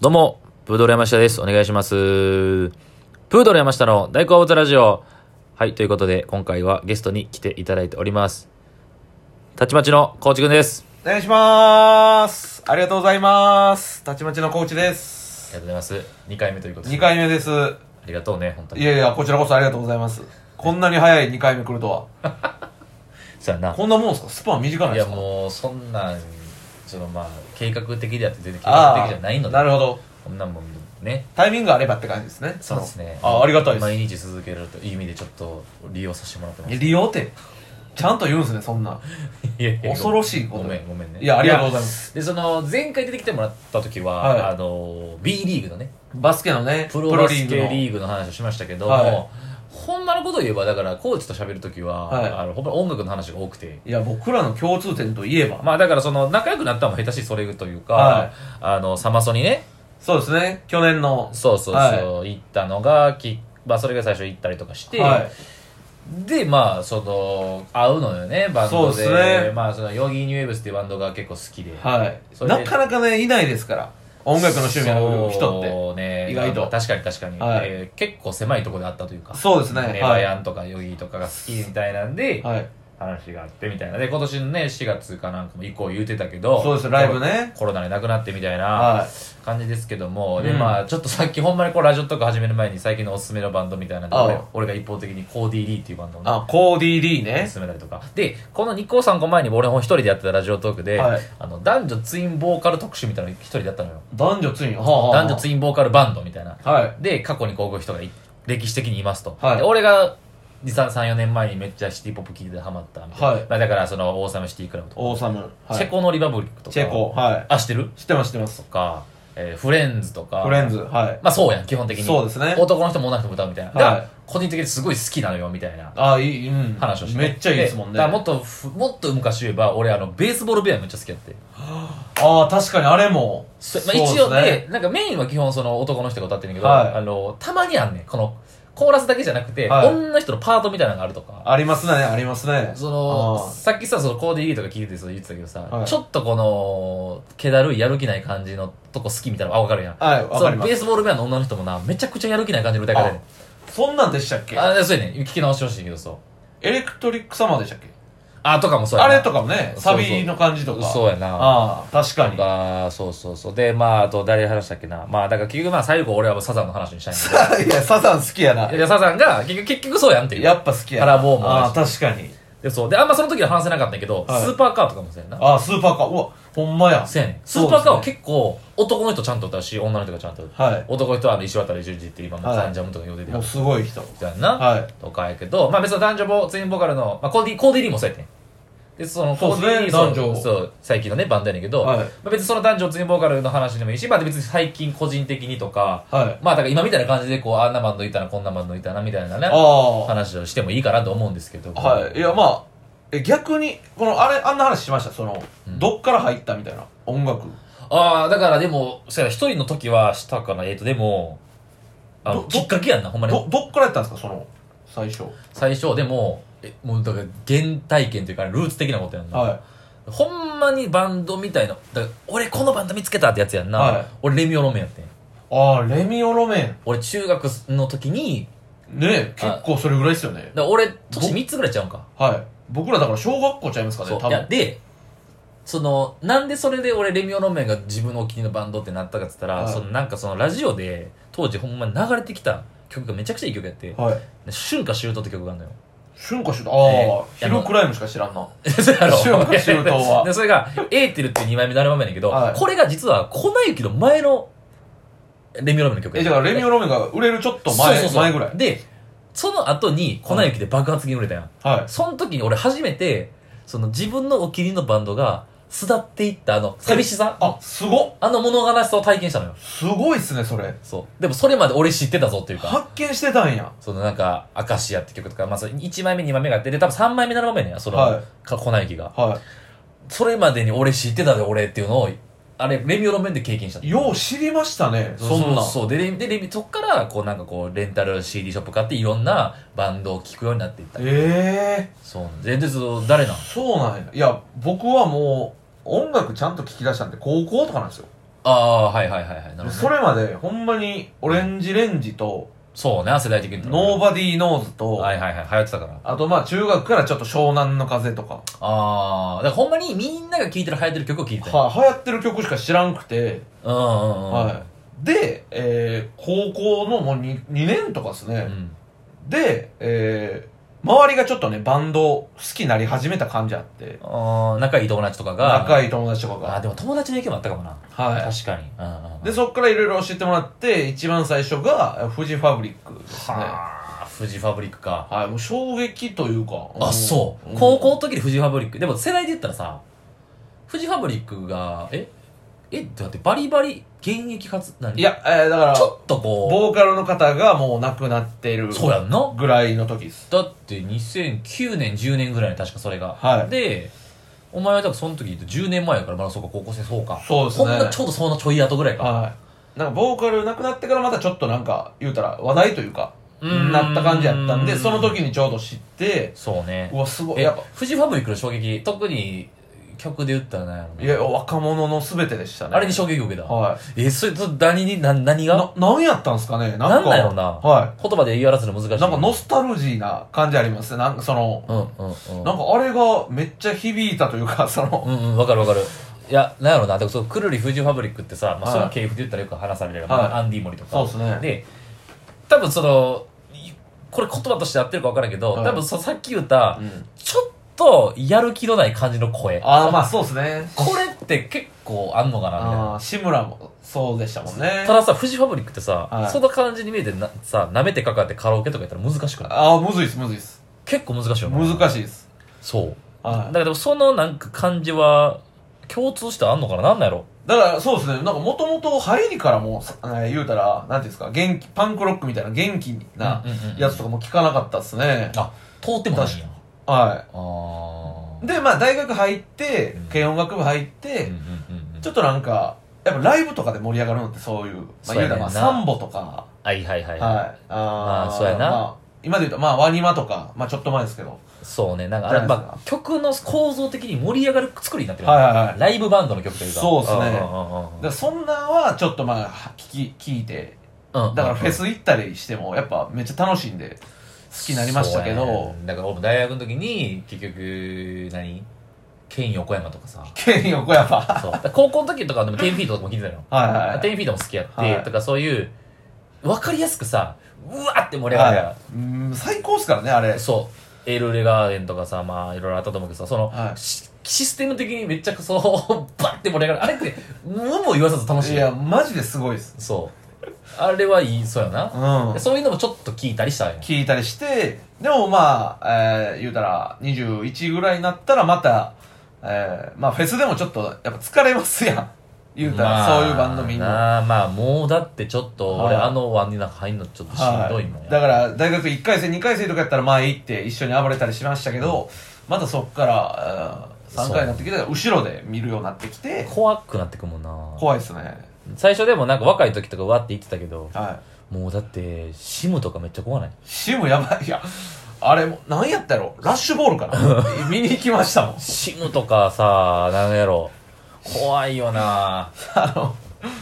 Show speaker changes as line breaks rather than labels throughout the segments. どうも、プードル山下です。お願いします。プードル山下の大好物ラジオ。はい、ということで、今回はゲストに来ていただいております。たちまちのコーチくんです。
お願いしますありがとうございますたちまちのコーチで
あ
す
りがとうございます。2回目ということで。
2回目です
ありがとうね、本当
い
に。
やいやこちらこそありがとうございますこんなに早い2回目来るとは
そうやな。
こんなもんすかスパン短ない
い
で
や、
すか
もう、そんなん、そのまあ、計画的であって全然計画
あ
的じゃないの
あ
で。
なるほど
こんなんもんね。
タイミングがあればって感じですね
そうですね。
あありがたいで
毎日続けるという意味でちょっと利用させてもらってます
す。利用ってちゃんと言うんすねそんない
やいや
恐ろしいこと
ごめんごめんね
いやありがとうございます
でその前回出てきてもらった時は、
はい
あの B リーグのね
バスケのね
プロバス
プロ
ケ
リー
リーグの話をしましたけども、
はい
ほんまのことを言えばだからコーチと喋る時は、
はい
あのほんま音楽の話が多くて
グのいや僕らの共通点といえば
まあだからその仲良くなったのも下手しそれというか、
はい
あのサマソにね
そうですね去年の
そうそうそう、
は
行ったのがき、まあ、それが最初行ったりとかして、
はい
でまあその会うのよねバンドで
そうですね
まあそのヨギーニューウェーブスっていうバンドが結構好きで、
はい
それで
なかなかねいないですから音楽の趣味の人って
そうね
意外と
まあ確かに確かに、
はい
えー結構狭いところであったというか
そうですね
ネ
は
バ
い
ヤンとかヨギーとかが好きみたいなんで、
はい
話があってみたいなで今年のね4月かなんかも以降言うてたけど
そうですライブね
コロナでなくなってみたい
は
な感じですけども、で
うん
まあちょっとさっきほんまにこうラジオとか始める前に最近のおすすめのバンドみたいなんで
ああ
俺俺が一方的にコーディー・リーっていうバンドをね
あ、コーディー・リーね。
進めたりとかでこの2個3個前にも俺も一人でやってたラジオトークで、
はい
あの男女ツインボーカル特集みたいなの一人でやったのよ
男女ツイン。はあはあ
男女ツインボーカルバンドみたいな
はい。
で過去にこういう人がい歴史的にいますと、
はい
で俺が34年前にめっちゃシティポップ聴いてハマったみたいな、
はい
まあ、だからその「王様シティクラブ」とか、
オーサム。はい
チェ。コのリバブリック」とか
チェコ。は
あしてる
い。知ってます、知ってます
と。か、えーフレンズ」とか
フレンズ。はい。
まあそうやん基本的に
そうですね
男の人も女の人も歌うみたいな、だか
は
ら
い
個人的にすごい好きなのよみたいな
あ、いい、うん。
話をして
めっちゃいいですもんね。
だからも
あ
っとふもっと昔言えば俺あのベースボールベアめっちゃ好きやって
あ、確かにあれも。
そ
そう
まあ、一応
です
ね。なんかメインは基本その男の人が歌ってるんだけど、
はい
あの、たまにあんねん。この、コーラスだけじゃなくて、
はい
女の人のパートみたいなのがあるとか。
ありますね、ありますね。
その、
あー
さっきさ、そのコーディーとか聞いててそう言ってたけどさ、
はい
ちょっとこの、気だるいやる気ない感じのとこ好きみたいなのあわかるやん。
はい、わ
そ
かり
の
ま
ベー
す。
スボールベアの女の人もな、めちゃくちゃやる気ない感じの歌い方やねん。
そんなんでしたっけ
あ、そうやねん。聞き直してほしいけどそう。
エレクトリック様でしたっけ
あ、とかもそうや
あ
な。
れとかもね、サ
そうそう
ビの感じとか。
そうやな。
ああ、確か
と
に。
か、そうそうそう。で、まあ、あと誰話したっけな。まあ、だから結局まあ、最後俺はもうサザンの話にしたいんだけど。
いや、サザン好きやな。
いや、サザンが、結局、結局そうやんっていう。
やっぱ好きや
カ
な。
ラーボーンもあ
あ
るし
あ、確かに。
で、そう。で、あんまその時は話せなかったんやけど、
はい
スーパーカーとかもそうやんな。
ああ、スーパーカー。うわ、ほんまや。
そうやねん。ス
そう
ー
ですね
パーカーは結構、男の人ちゃんと歌うし、女の人がちゃんと歌う。
は
男の人はあの石渡淳二って今もうサンジャムとか呼んで
い。
て
も
る
うすごい人。
やんな。
はい。
とかやけど、まあ別の男女ボツインボーカルの、まあコーディ、コーディリーもそうやってん。で、その、
そう
コーデ
ですね
ィリーそう
男女
そう、最近のね、バンドやねんけど、
はい
まあ別にその男女ツインボーカルの話でもいいし、まあ別に最近個人的にとか、
はい。
まあだから今みたいな感じで、こう、あんなバンドいたな、こんなバンドいたな、みたいなね。
あ
話をしてもいいかなと思うんですけど。
あ。はい。いや、まあ、え逆に、この、あれ、あんな話しました。その、
うん
どっから入ったみたいな。音楽。
ああ、だからでも、そうやな一人の時はしたかな。えっ、と、でも、あの、
ど
きっかけやんな、ほんま
ど
に。、
どっからやったんですか、その、最初。
最初、でも、え、もうだから原体験というか、ルーツ的なことやんな。
は
ほんまにバンドみたいな、だから俺このバンド見つけたってやつやんな。
はい
俺レミオロメンやってん。
い。ああ、レミオロメ
俺中学の時に、
ン。ねえ
はい
結構それぐらいですよね
だ。から俺、年3つぐらいちゃうんか。
はい。僕らだから小学校ちゃいますか
そ
ね、
う。
多
いや、
分。
で、その、なんでそれで俺レミオロメンが自分のお気に入りのバンドってなったかっつったら、
はい
そのなんかそのラジオで、当時ほんまに流れてきた曲がめちゃくちゃいい曲やって、
はい。
春夏秋冬って曲があるのよ。
春夏秋冬。
え
ああ、
え
ヒルクライムしか知らんな。
そうやろ
春夏秋冬は
でそれが、エーテルっていう2枚目のアルバムやねんけど、
はい
これが実は、粉雪の前の、レミオロメンの曲
え、だからレミオロメンが売れるちょっと
そうそう
前、
そう
前ぐらい。
で、その後に、粉雪で爆発的に売れたやん。
はい。
その時に俺初めて、その自分のお気に入りのバンドが、巣立っていったあの、寂しさ。
あ、すごっ
あの物悲しさを体験したのよ。
すごいっすね、それ。
そう。でもそれまで俺知ってたぞっていうか、
発見してたんや。
そのなんか、アカシアって曲とか、まあ、それ1枚目、2枚目があって、で、多分3枚目、7枚目やねんその、
はい
か粉雪が。
は
それまでに俺知ってたで、俺っていうのを、あれ、レミオロメンで経験したの
い。よう知りましたね、
そ
そ
ん
ん
な。
な。
そう。で、レミ、でレミ、そっから、こうなんかこう、レンタル CD ショップ買って、いろんなバンドを聴くようになっていった。
ええ
そう。全然、そう誰なん
そうなんやいや僕はもう音楽ちゃんと聴き出したんで高校とかなんですよ
ああ、はいはいはいはい。なるほどね、
それまで、ほんまに、オレンジレンジと、
そうね、世代的に。
ノーバディーノーズと、
はいはいはい、流行ってたから。
あとまあ中学からちょっと湘南の風とか、
ああ、だからほんまにみんなが聴いてる流行ってる曲を聴いてたよ。
は流行ってる曲しか知らんくて、
うんうんうん。
はい。で、えー高校のもう 2, 2年とかですね
う、ん。
で、えー周りがちょっとね、バンド好きになり始めた感じあって、
あー仲いい友達とかが。
仲い
い。
い友達とか
あー
が。
でも友達の影響もあったかもな。
はい。
確かに。うんうん。
で、そっからいろいろ教えてもらって、一番最初が、フジファブリックですね。は
はあ、フジファブリックか。
い、もう衝撃というか。
あ、そう。
ん
高校の時でフジファブリック。でも世代で言ったらさ、フジファブリックが、ええ、だってバリバリ現役活、何
い、や、えーだから
ち、ょっとこ
ボーカルの方がもう亡くなってる
う、そうやんな。
ぐらいの時です。
だって2009年、10年ぐらいに確かそれが。
はい
で、お前は多分その時言うと10年前やから、まだそうか、高校生、そうか。
そうですね
ほんのちょうどそのちょい後ぐらいか。
はい。なんか、ボーカルなくなってからまたちょっとなんか、言うたら話題というか、
うーん
なった感じやったんで、その時にちょうど知って、
そうね。
うわ、すごい。
え
やっぱ、、
フジファブリックの衝撃、特に曲で言ったら何やろない
や、若者の全てでしたね。
あれに衝撃を受けた。
は
え、それ、それ何に、な何
い。
が
な、何やったんすかね
な
なんん
だ
か、
よな。
は
言葉で言い表すの難しい。
い。なんか、ノスタルジーな感じありますね。なんか、その、
うんうんうん。
なんかあれがめっちゃ響いたというか、その、
うんうん、わかるわかる。いや、なんやろうな。でもそう、くるりフジファブリックってさ、まあ、
は
そ
い
の系譜で言ったらよく話されるよ、
はい
まあアンディ森とか。
そうですね
で、多分その、いこれ言葉として合ってるかわからんけど、
はい
多分そさっき言った、
うん
ちょっとやる気のない感じの声。
ああ、まあそうですね。
これって結構あんのかな、みたいな。
ああ、志村もそうでしたもんね
た。ださ、フジファブリックってさ、
はい
そんな感じに見えてな、さ、舐めてかかってカラオケとかやったら難しくない
ああ、むずいっす、むずいっす。
結構難しいよな
難しいっす。
そう。だ
はい
からでもそのなんか感じは、共通してあんのかななんなんやろ
だからそうですね、なんかもともと入りからもう、えー言うたら、なんていうんですか、元気、パンクロックみたいな元気な
うんうんうんうん
やつとかも聞かなかったっすね。
あ、通ってもないんや。
は
あ
い。で、まあ大学入って
うん、
軽音楽部入って、ちょっとなんか、やっぱライブとかで盛り上がるのってそういう、まあ
そう
言
やね
うんた
な
らまあサンボとか、
はいはいはい。
はい
は。
ああ
まあそうやな
まあ今で言うと、まあワニマとか、まあちょっと前ですけど。
い、そうね。なんか、あ
じゃ
れ
ないですか
まあ、曲の構造的に盛り上がる作りになってる、
はいはいはい
ライブバンドの曲というか。
そうっすね
んうんうんうん
だからそんなんはちょっとまあ聞き、聞いて、
うん
だからフェス行ったりしても、やっぱめっちゃ楽しいんで、好きになりましたけ
そうや
ど
ね、だから俺も大学の時に、結局、何ケン横山とかさ。
ケン横山。
そう。だから高校の時とかでも10フィートとかも聞いてたよ。
はいはいは
10
い。
フィートも好きやって、
はい
とかそういう、わかりやすくさ、うわって盛り上がるやん
うーん、最高っすからね、あれ。
そう。エールレガーデンとかさ、まあ、いろいろあったと思うけどさ、その、
はい
シシステム的にめっちゃそう、バ ッて盛り上がる。あれって、無も言わさず楽しい。
いや、マジですごいっす。
そう。あれはいい、そうや
う
な、
ん
で。そういうのもちょっと聞いたりしたんや。
聞いたりして、でもまあ、えー、言うたら、21ぐらいになったらまた、えー、まあフェスでもちょっと、やっぱ疲れますやん。言うたら、
まあ
そういうバンドみんな。
なあまあ、もうだってちょっと、俺、
はい
あの輪になんか入んのちょっとしんどいもんや。
だから、大学1回生、2回生とかやったら前行って一緒に暴れたりしましたけど、またそっから、えー、3回になってきたら、後ろで見るようになってきて、
怖くなってくもんな
怖いっすね。
最初でもなんか若い時とかわって言ってたけど、
はい。
もうだって、シムとかめっちゃ怖ない。
シムやばい。いや、あれも、何やったやろラッシュボールか な見に行きましたもん。
シムとかさ、なんやろ。怖いよな
あの、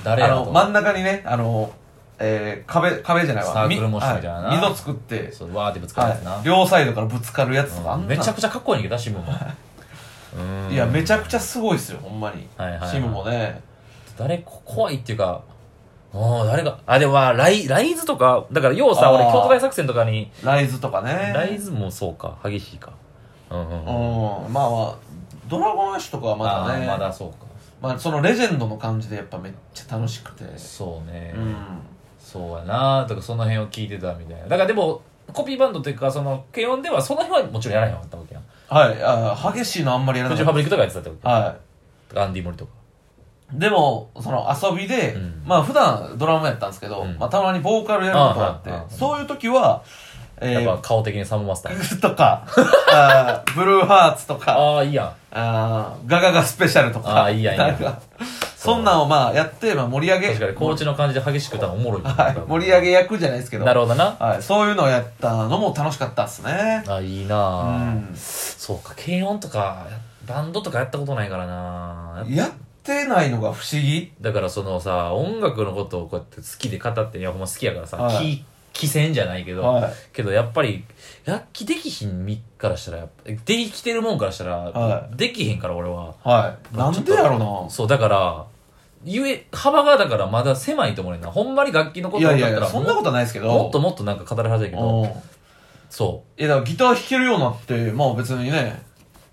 誰
あ
やろ
の
と、思って
真ん中にね、あの、えー、壁、壁じゃないわ。
サークル模試みたいな
はい溝作って、
そうわーってぶつかるやつな、
はい、両サイドからぶつかるやつとか、あ
うん
んな
めちゃくちゃかっこいいんだけどなシムもうーん
いや、めちゃくちゃすごいっすよ、ほんまに。
はいはいはい
シムもね。
誰こ怖いっていうかああ誰があでもまあライライズとかだから要さ
あー
俺京都大作戦とかに
ライズとかね。
ライズもそうか激しいかうんうん
うん、
うん
まあまあ、ドラゴンアッシュとかはまだね、
あーまだそうか
まあ、そのレジェンドの感じでやっぱめっちゃ楽しくて。
そうね、
うん。
そうやなとかその辺を聞いてたみたいなだからでもコピーバンドっていうかその軽音ではその辺はもちろんやらへんかったわけやん
はい、あー激しいのあんまりやら
フ
な
ジ
い
ファ。ブリックとかやってたってこと
はい。
アンディ・モリとか
でも、その遊びで、
うん
まあ普段ドラムやったんですけど、
うん
まあたまにボーカルやることがあって、
あはいはい
そういう時は、え
やっ
ー
ぱ、顔的にサムマスター
とか、あーブルーハーツとか、
ああいいやん
あーガガガスペシャルとか、
あーいいやんいいやん
なんかそんなんをまあやって、まあ盛り上げ、
確かにコーチの感じで激しく歌うのおもろい、
はい、盛り上げ役じゃないですけど、
なるほどな
はい、そういうのをやったのも楽しかったっすね。
あいいうなあ、
ん、
そうか軽音とかバンドとかやったことないからな
やっててないのが不思議
だからそのさ音楽のことをこうやって好きで語っていやほんま好きやからさ、
はい
き気戦じゃないけど、
はい
けどやっぱり楽器できひん身からしたらやっぱできてるもんからしたら、
は
できへんから俺は
はいなんでやろな
そうだからゆえ幅がだからまだ狭いと思うねんなほんまに楽器のこ
い
と
や
だっ
い
た
や
ら
いや
も
そんなことないですけど
もっともっとなんか語るはずやけど
うん
そ
いやだからギター弾けるようになってまあ別にね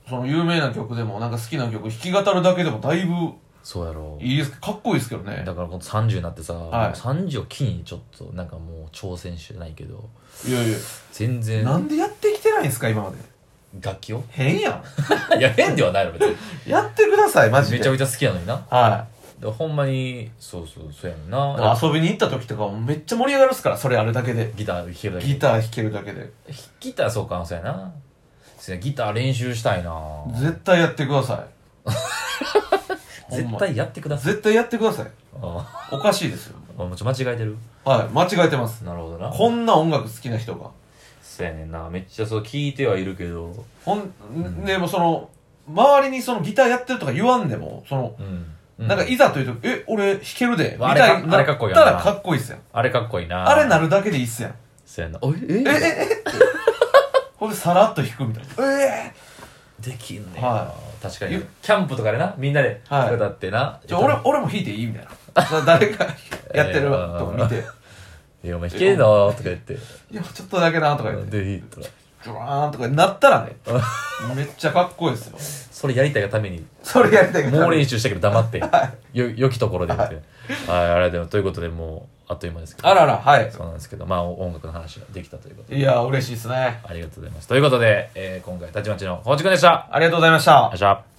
その有名な曲でもなんか好きな曲弾き語るだけでもだいぶ
うそうやろ
いいですかっこいいですけどね
だからこの30になってさ、
はい
30を機にちょっとなんかもう挑戦してないけど
いやいや
全然
なんでやってきてないんですか今まで
楽器を
変や
いや変ではないの別に
んやってくださいマジで
めちゃめちゃ好きやのにな
は
でほんまにそうそうそうやん
いだか
な
ら遊びに行った時とかもめっちゃ盛り上がるっすからそれあるだけで
ギター弾けるだけ
ギター弾けるだけで
ーギターそうかそうやなそうやギター練習したいな
絶対やってくださいほ ん
絶
ま
対やってください
絶対やってください
あ
おかしいですよ
あもうちょ間違えてる
はい間違えてます
なるほどな
こんな音楽好きな人が
そうやねんなめっちゃそう聞いてはいるけど
ほん、でもその、周りにそのギターやってるとか言わんでも、その、
うん、
なんかいざというと、え、俺弾けるで、み
まあ
たい
あれ
に
かあ
な
れ
っ
かっこいい
た
よな
らかっこいいっすやん。
あれかっこいいな
あれなるだけでいいっすやん。
そうやなおええ
え、え、え、これさらっと弾くみたいな。え
できんねん
は
確かに
ゆ
キャンプとかでなみんなで
はい
歌ってな、
えじゃあ俺、俺も弾いていいみたいな。だ誰かやって るわ、とか見て。
いやお前弾けるのとか言って
いや、ちょっとだけな、とか言って。
でいいとか
ジュワーンとかなったらね、めっちゃかっこいいっすよ。
それやりたいがために
それやりたいけど
猛練習したけど黙ってよ良きところでってはいあれでもということでもうあっという間ですけど
あらら、はい。
そうなんですけどまあ音楽の話ができたということで
いや、嬉しいっすね。
ありがとうございますということで、えー今回たちまちのほうちくんでしたありがとう
ありがとうございました
ございま。した